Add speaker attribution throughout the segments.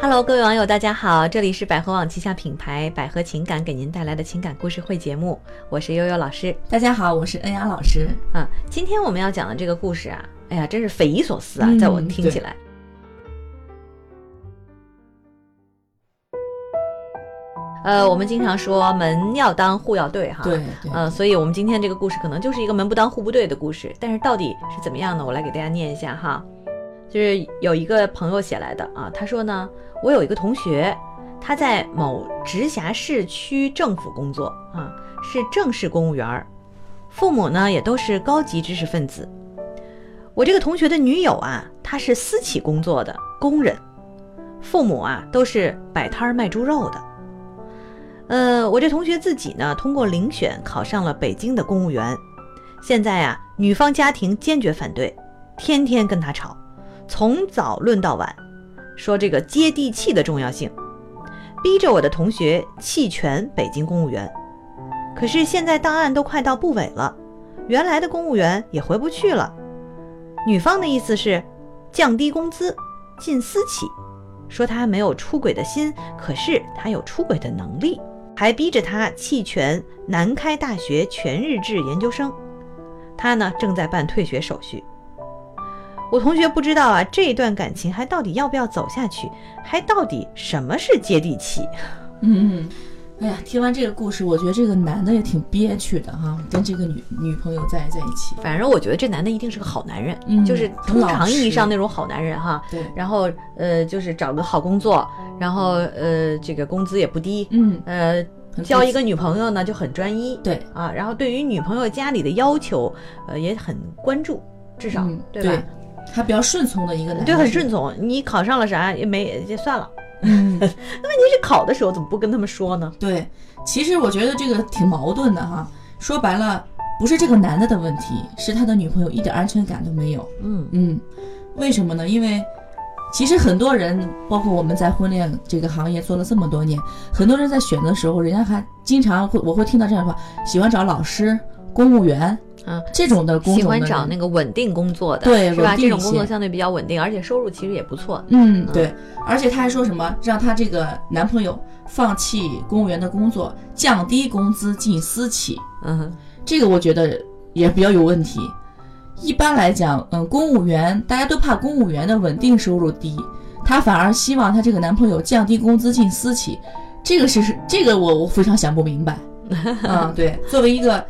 Speaker 1: Hello，各位网友，大家好，这里是百合网旗下品牌百合情感给您带来的情感故事会节目，我是悠悠老师
Speaker 2: 大家好，我是恩雅老师。
Speaker 1: 啊。今天我们要讲的这个故事啊，哎呀，真是匪夷所思啊，
Speaker 2: 嗯
Speaker 1: 在我听起来。呃，我们经常说门要当户要对哈，
Speaker 2: 对对，
Speaker 1: 呃，所以我们今天这个故事可能就是一个门不当户不对的故事，但是到底是怎么样呢？我来给大家念一下哈，就是有一个朋友写来的啊，他说呢，我有一个同学，他在某直辖市区政府工作啊，是正式公务员儿，父母呢也都是高级知识分子。我这个同学的女友啊，她是私企工作的工人，父母啊都是摆摊儿卖猪肉的。呃，我这同学自己呢，通过遴选考上了北京的公务员。现在啊，女方家庭坚决反对，天天跟他吵，从早论到晚，说这个接地气的重要性，逼着我的同学弃权北京公务员。可是现在档案都快到部委了，原来的公务员也回不去了。女方的意思是降低工资，进私企，说他没有出轨的心，可是他有出轨的能力。还逼着他弃权南开大学全日制研究生。他呢正在办退学手续。我同学不知道啊，这段感情还到底要不要走下去，还到底什么是接地气？
Speaker 2: 嗯嗯。哎呀，听完这个故事，我觉得这个男的也挺憋屈的哈、跟这个女女朋友在在一起，
Speaker 1: 反正我觉得这男的一定是个好男人，
Speaker 2: 嗯
Speaker 1: 就是
Speaker 2: 很
Speaker 1: 通
Speaker 2: 老
Speaker 1: 常意义
Speaker 2: 实
Speaker 1: 上那种好男人哈。
Speaker 2: 对，
Speaker 1: 然后呃，就是找个好工作，然后呃，这个工资也不低，
Speaker 2: 嗯，
Speaker 1: 呃，
Speaker 2: 很
Speaker 1: 交一
Speaker 2: 自
Speaker 1: 个女朋友呢就很专一，
Speaker 2: 对，
Speaker 1: 啊，然后对于女朋友家里的要求，呃，也很关注，至少、
Speaker 2: 嗯，
Speaker 1: 对
Speaker 2: 对
Speaker 1: 吧？
Speaker 2: 他比较顺从的一个男的，
Speaker 1: 对，很顺从。你考上了啥也没也算了，
Speaker 2: 嗯，
Speaker 1: 这考的时候怎么不跟他们说呢？
Speaker 2: 对，其实我觉得这个挺矛盾的哈。说白了，不是这个男的的问题，是他的女朋友一点安全感都没有。
Speaker 1: 嗯
Speaker 2: 嗯，为什么呢？因为其实很多人，包括我们在婚恋这个行业做了这么多年，很多人在选的时候，人家还经常会，我会听到这样的话：喜欢找老师、公务员
Speaker 1: 啊，
Speaker 2: 这种的工
Speaker 1: 喜
Speaker 2: 作。
Speaker 1: 欢找那个稳定工作的，
Speaker 2: 对
Speaker 1: 是吧？
Speaker 2: 稳定
Speaker 1: 这
Speaker 2: 一
Speaker 1: 种工作
Speaker 2: 些
Speaker 1: 相对比较稳定，而且收入其实也不错。
Speaker 2: 嗯，对，而且她还说什么让她这个男朋友放弃公务员的工作，降低工资进私企。
Speaker 1: 嗯，
Speaker 2: 这个我觉得也比较有问题。一般来讲，嗯，公务员大家都怕公务员的稳定收入低，她反而希望她这个男朋友降低工资进私企，这个是是这个我我非常想不 明白。啊、对，作为一个，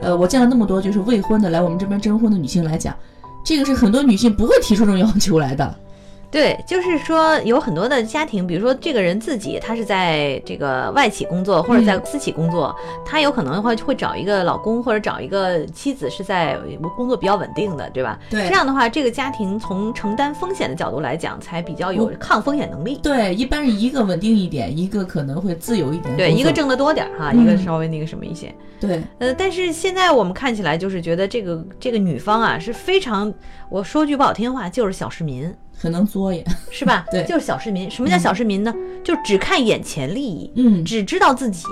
Speaker 2: 呃，我见了那么多就是未婚的来我们这边征婚的女性来讲，这个是很多女性不会提出这种要求来的。
Speaker 1: 对，就是说有很多的家庭，比如说这个人自己他是在这个外企工作或者在
Speaker 2: 嗯
Speaker 1: 私企工作，他有可能会会找一个老公或者找一个妻子是在工作比较稳定的，对吧？
Speaker 2: 对
Speaker 1: 这样的话，这个家庭从承担风险的角度来讲，才比较有
Speaker 2: 我
Speaker 1: 抗风险能力。
Speaker 2: 对，一般是一个稳定一点，一个可能会自由一点工作。
Speaker 1: 对，一个挣得多点儿哈，
Speaker 2: 嗯
Speaker 1: 一个稍微那个什么一些。
Speaker 2: 对，
Speaker 1: 呃，但是现在我们看起来就是觉得这个这个女方啊是非常，我说句不好听话，就是小市民，
Speaker 2: 很能作也。
Speaker 1: 是吧？
Speaker 2: 对
Speaker 1: 就是小市民。什么叫小市民呢？就只看眼前利益，
Speaker 2: 嗯，
Speaker 1: 只知道自己，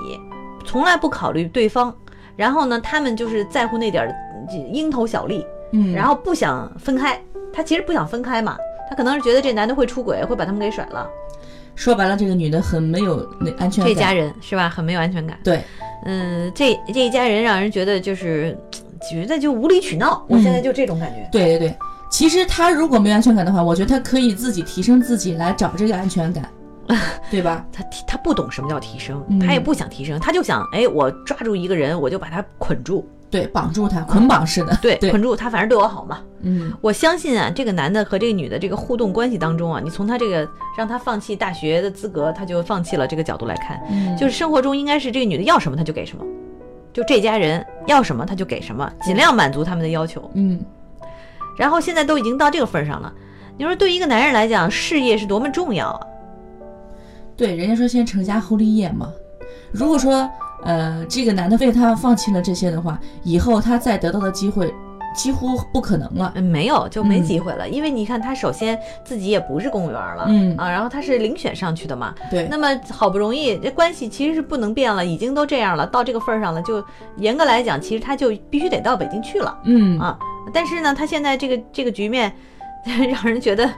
Speaker 1: 从来不考虑对方。然后呢，他们就是在乎那点儿嗯蝇头小利，
Speaker 2: 嗯，
Speaker 1: 然后不想分开。他其实不想分开嘛，他可能是觉得这男的会出轨，会把他们给甩了。
Speaker 2: 说白了，这个女的很没有那安全感。
Speaker 1: 这家人是吧，很没有安全感。
Speaker 2: 对，
Speaker 1: 嗯，这这一家人让人觉得就是，觉得就无理取闹。
Speaker 2: 嗯
Speaker 1: 我现在就这种感觉。
Speaker 2: 对对对，其实她如果没有安全感的话，我觉得她可以自己提升自己来找这个安 全感，对吧？
Speaker 1: 他提他不懂什么叫提升，
Speaker 2: 嗯
Speaker 1: 他也不想提升，他就想，哎，我抓住一个人，我就把他捆住，
Speaker 2: 对，绑住她，捆绑式的。
Speaker 1: 对，
Speaker 2: 对
Speaker 1: 捆住他，反正对我好嘛。
Speaker 2: 嗯，
Speaker 1: 我相信啊，这个男的和这个女的这个互动关系当中啊，你从他这个让他放弃大学的资格，他就放弃了这个角度来看，
Speaker 2: 嗯
Speaker 1: 就是生活中应该是这个女的要什么他就给什么，就这家人要什么他就给什么，尽量满足他们的要求。
Speaker 2: 嗯，
Speaker 1: 然后现在都已经到这个份儿上了，你说对一个男人来讲，事业是多么重要啊！
Speaker 2: 对，人家说先成家后立业嘛。如果说呃这个男的为她放弃了这些的话，以后她再得到的机会几乎不可能了。
Speaker 1: 嗯，没有就没
Speaker 2: 嗯
Speaker 1: 机会了，因为你看他首先自己也不是公务员了，
Speaker 2: 嗯
Speaker 1: 啊，然后他是遴选上去的嘛，
Speaker 2: 对
Speaker 1: 那么好不容易这关系其实是不能变了，已经都这样了，到这个份儿上了，就严格来讲，其实他就必须得到北京去了
Speaker 2: 嗯
Speaker 1: 啊。但是呢，他现在这个这个局面，让人觉得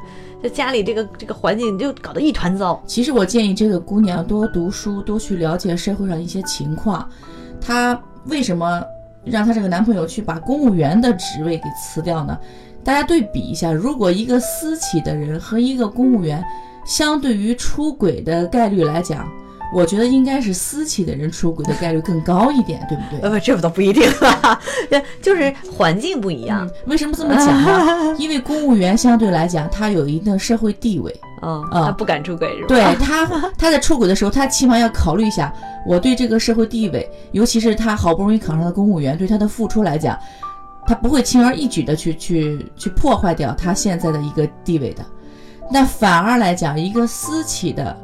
Speaker 1: 这家里这个这个环境就搞得一团糟。
Speaker 2: 其实我建议这个姑娘多读书，多去了解社会上一些情况。她为什么让她这个男朋友去把公务员的职位给辞掉呢？大家对比一下，如果一个私企的人和一个公务员，相对于出轨的概率来讲，我觉得应该是私企的人出轨的概率更高一点，对不对？
Speaker 1: 呃，这倒不一定了， 对，就是环境不一样
Speaker 2: 嗯。为什么这么讲呢？因为公务员相对来讲，他有一定的社会地位，
Speaker 1: 哦，
Speaker 2: 嗯
Speaker 1: 他不敢出轨是吧？
Speaker 2: 对 他，他在出轨的时候，他起码要考虑一下我对这个社会地位，尤其是他好不容易考上的公务员，对他的付出来讲，他不会轻而易举的去去去破坏掉他现在的一个地位的。那反而来讲，一个私企的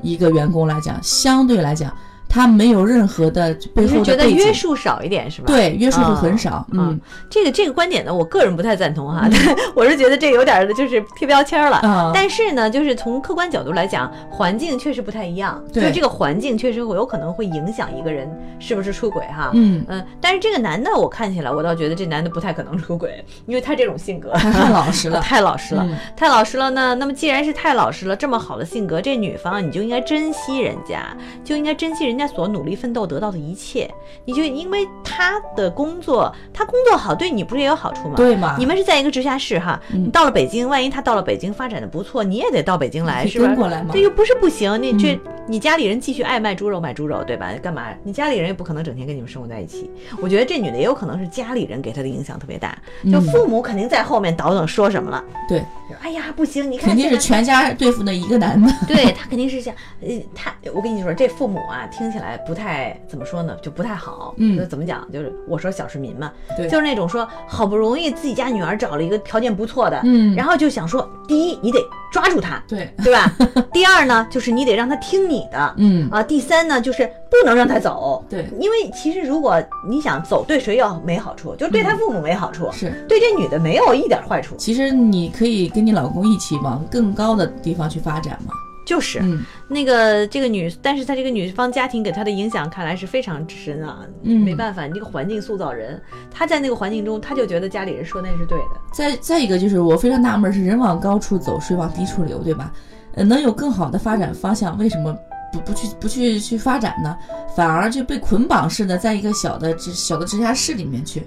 Speaker 2: 一个员工来讲，相对来讲，他没有任何的背
Speaker 1: 你是
Speaker 2: 后
Speaker 1: 觉
Speaker 2: 的
Speaker 1: 得
Speaker 2: 背景，
Speaker 1: 约束少一点是吧？
Speaker 2: 对约束会
Speaker 1: 啊
Speaker 2: 很少。
Speaker 1: 啊
Speaker 2: 嗯，
Speaker 1: 这个这个观点呢，我个人不太赞同哈， 我是觉得这有点儿的就是贴标签儿了。
Speaker 2: 啊，
Speaker 1: 但是呢，就是从客观角度来讲，环境确实不太一样，
Speaker 2: 对
Speaker 1: 就这个环境确实会有可能会影响一个人是不是出轨哈。
Speaker 2: 嗯，
Speaker 1: 嗯，但是这个男的，我看起来我倒觉得这男的不太可能出轨，因为他这种性格
Speaker 2: 他太老实 了，
Speaker 1: 太老实了，
Speaker 2: 嗯
Speaker 1: 太老实了呢。那么既然是太老实了，这么好的性格，这女方啊你就应该珍惜人家，就应该珍惜人家所努力奋斗得到的一切。你就因为他的工作，他工作好，对你不是也有好处吗？
Speaker 2: 对嘛？
Speaker 1: 你们是在一个直辖市哈，
Speaker 2: 啊嗯
Speaker 1: 你到了北京，万一他到了北京发展的不错，你也得到北京 来，
Speaker 2: 你
Speaker 1: 是吧
Speaker 2: 跟？过来嘛
Speaker 1: 这？又不是不行，你这、
Speaker 2: 嗯
Speaker 1: 你家里人继续爱卖猪肉卖猪肉，对吧？干嘛？你家里人也不可能整天跟你们生活在一起。我觉得这女的也有可能是家里人给她的影响特别大，就
Speaker 2: 嗯
Speaker 1: 父母肯定在后面倒腾说什么了。
Speaker 2: 对，
Speaker 1: 哎呀，不行，你看
Speaker 2: 肯定
Speaker 1: 这
Speaker 2: 是
Speaker 1: 男
Speaker 2: 全家对付那一个男 的。
Speaker 1: 对他肯定是想，呃，他我跟你说，这父母啊，听起来不太怎么说呢，就不太好。
Speaker 2: 嗯
Speaker 1: 就怎么讲，就是我说小市民嘛，
Speaker 2: 对
Speaker 1: 就是那种说好不容易自己家女儿找了一个条件不错的，
Speaker 2: 嗯
Speaker 1: 然后就想说，第一你得抓住她，
Speaker 2: 对，
Speaker 1: 对吧？ 第二呢，就是你得让她听你的。
Speaker 2: 嗯，
Speaker 1: 啊，第三呢，就是不能让她走，
Speaker 2: 对
Speaker 1: 因为其实如果你想走，对谁要没好处，就是对
Speaker 2: 嗯
Speaker 1: 她父母没好处，
Speaker 2: 是。
Speaker 1: 对这女的没有一点坏处，
Speaker 2: 其实你可以跟你老公一起往更高的地方去发展嘛。
Speaker 1: 就是，
Speaker 2: 嗯
Speaker 1: 那个这个女，但是她这个女方家庭给她的影响看来是非常之深啊，
Speaker 2: 嗯
Speaker 1: 没办法，你这个环境塑造人，她在那个环境中，她就觉得家里人说那是对的，
Speaker 2: 再再一个就是，我非常纳闷儿是人往高处走，水往低处流，对吧？呃，能有更好的发展方向，为什么不不去不去去发展呢？反而就被捆绑式的在一个小的直小的直辖市里面去。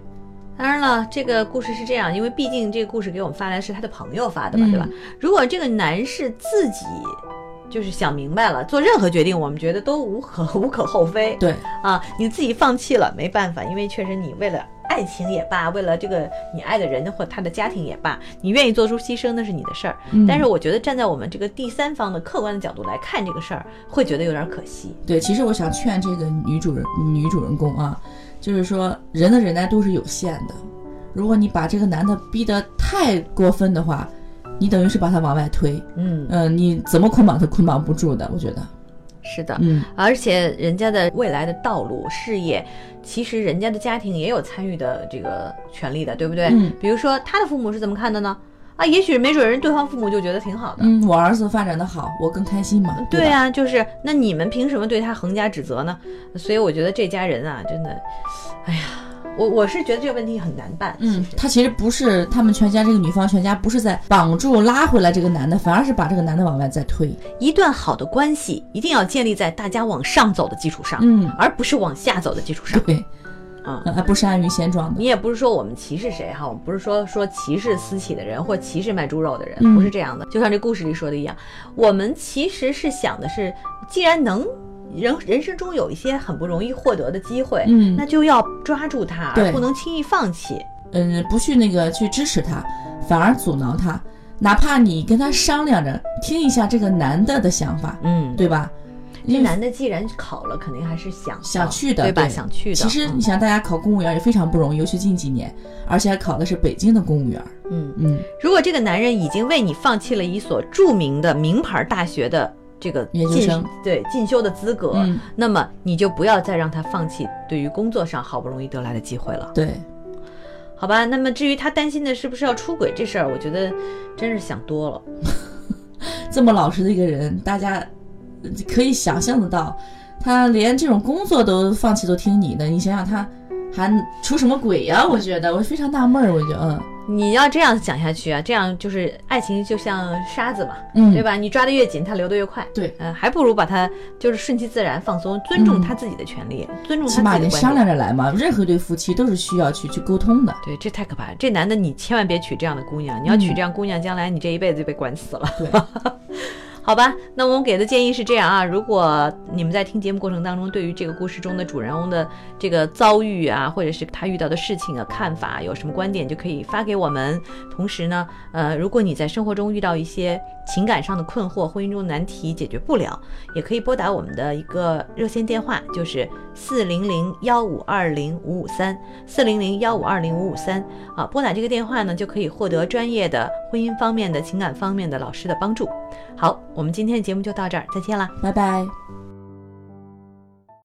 Speaker 1: 当然了，这个故事是这样，因为毕竟这个故事给我们发来是他的朋友发的嘛，
Speaker 2: 嗯
Speaker 1: 对吧？如果这个男士自己就是想明白了，做任何决定，我们觉得都无可 无可厚非。
Speaker 2: 对，
Speaker 1: 啊，你自己放弃了，没办法，因为确实你为了爱情也罢，为了这个你爱的人或他的家庭也罢，你愿意做出牺牲那是你的事儿。
Speaker 2: 嗯
Speaker 1: 但是我觉得站在我们这个第三方的客观的角度来看这个事儿，会觉得有点可惜。
Speaker 2: 对，其实我想劝这个女主人女主人公啊，就是说人的忍耐度是有限的，如果你把这个男的逼得太过分的话，你等于是把他往外推，
Speaker 1: 嗯，
Speaker 2: 嗯、你怎么捆绑都捆绑不住的，我觉得，
Speaker 1: 是的。
Speaker 2: 嗯，
Speaker 1: 而且人家的未来的道路、事业，其实人家的家庭也有参与的这个权利的，对不对？
Speaker 2: 嗯
Speaker 1: 比如说他的父母是怎么看的呢？啊，也许没准人对方父母就觉得挺好的。
Speaker 2: 嗯，我儿子发展的好，我更开心嘛，
Speaker 1: 对
Speaker 2: 吧，
Speaker 1: 啊，就是那你们凭什么对他横加指责呢？所以我觉得这家人啊，真的，哎呀，我我是觉得这个问题很难办。
Speaker 2: 嗯
Speaker 1: 其实，
Speaker 2: 他其实不是他们全家这个女方全家不是在绑住拉回来这个男的，反而是把这个男的往外再推，
Speaker 1: 一段好的关系一定要建立在大家往上走的基础上，
Speaker 2: 嗯，
Speaker 1: 而不是往下走的基础上。
Speaker 2: 对，
Speaker 1: 嗯，
Speaker 2: 嗯，而不是安于现状的，
Speaker 1: 你也不是说我们歧视谁哈，我们不是说说歧视私企的人或歧视卖猪肉的人，
Speaker 2: 嗯
Speaker 1: 不是这样的。就像这故事里说的一样，我们其实是想的是，既然能人人生中有一些很不容易获得的机会，
Speaker 2: 嗯
Speaker 1: 那就要抓住它，而
Speaker 2: 对
Speaker 1: 不能轻易放弃。
Speaker 2: 嗯，不去那个去支持他，反而阻挠他。哪怕你跟他商量着，听一下这个男的的想法，
Speaker 1: 嗯，
Speaker 2: 对吧？
Speaker 1: 这
Speaker 2: 因为
Speaker 1: 男的既然考了，肯定还是想
Speaker 2: 想
Speaker 1: 嘛
Speaker 2: 去的
Speaker 1: 对吧？
Speaker 2: 对
Speaker 1: 想去的。
Speaker 2: 其实
Speaker 1: 嗯
Speaker 2: 你想，大家考公务员也非常不容易，尤其近几年，而且还考的是北京的公务员。
Speaker 1: 嗯，
Speaker 2: 嗯，
Speaker 1: 如果这个男人已经为你放弃了一所著名的名牌大学的这个
Speaker 2: 研究
Speaker 1: 进
Speaker 2: 生
Speaker 1: 对进修的资格，
Speaker 2: 嗯
Speaker 1: 那么你就不要再让他放弃对于工作上好不容易得来的机会了，
Speaker 2: 对，
Speaker 1: 好吧？那么至于他担心的是不是要出轨这事儿，我觉得真是想多了。
Speaker 2: 嗯这么老实的一个人，大家呃可以想象得到，他连这种工作都放弃都听你的，你想想他还出什么鬼呀、我觉得我非常纳闷儿，我觉得，嗯，
Speaker 1: 你要这样讲下去啊，这样就是爱情就像沙子嘛，
Speaker 2: 嗯，
Speaker 1: 对？吧？你抓得越紧，它流得越快。
Speaker 2: 对，嗯
Speaker 1: 嗯、还不如把它就是顺其自然，放松，尊重他自己的权利，尊重
Speaker 2: 起
Speaker 1: 他
Speaker 2: 码
Speaker 1: 自己
Speaker 2: 得
Speaker 1: 的观
Speaker 2: 商
Speaker 1: 点。
Speaker 2: 量着来嘛。任何对夫妻都是需要去去沟通的。
Speaker 1: 对，这太可怕了。这男的你千万别娶这样的姑娘，你要娶
Speaker 2: 嗯
Speaker 1: 这样姑娘，将来你这一辈子就被管死了。
Speaker 2: 对，
Speaker 1: 好吧，那我们给的建议是这样啊，如果你们在听节目过程当中，对于这个故事中的主人翁的这个遭遇啊，或者是他遇到的事情啊、看法有什么观点，就可以发给我们。同时呢，呃，如果你在生活中遇到一些情感上的困惑、婚姻中的难题解决不了，也可以拨打我们的一个热线电话，就是四零零幺五二零五五三，四零零幺五二零五五三啊。拨打这个电话呢，就可以获得专业的婚姻方面的、情感方面的老师的帮助。好，我们今天的节目就到这儿，再见啦。
Speaker 2: 拜拜。